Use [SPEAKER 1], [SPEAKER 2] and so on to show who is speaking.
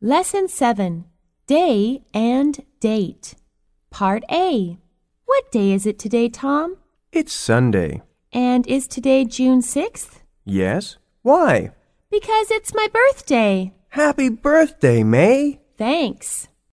[SPEAKER 1] Lesson 7 Day and Date. Part A. What day is it today, Tom?
[SPEAKER 2] It's Sunday.
[SPEAKER 1] And is today June 6th?
[SPEAKER 2] Yes? Why?
[SPEAKER 1] Because it's my birthday.
[SPEAKER 2] Happy birthday, May!
[SPEAKER 1] Thanks.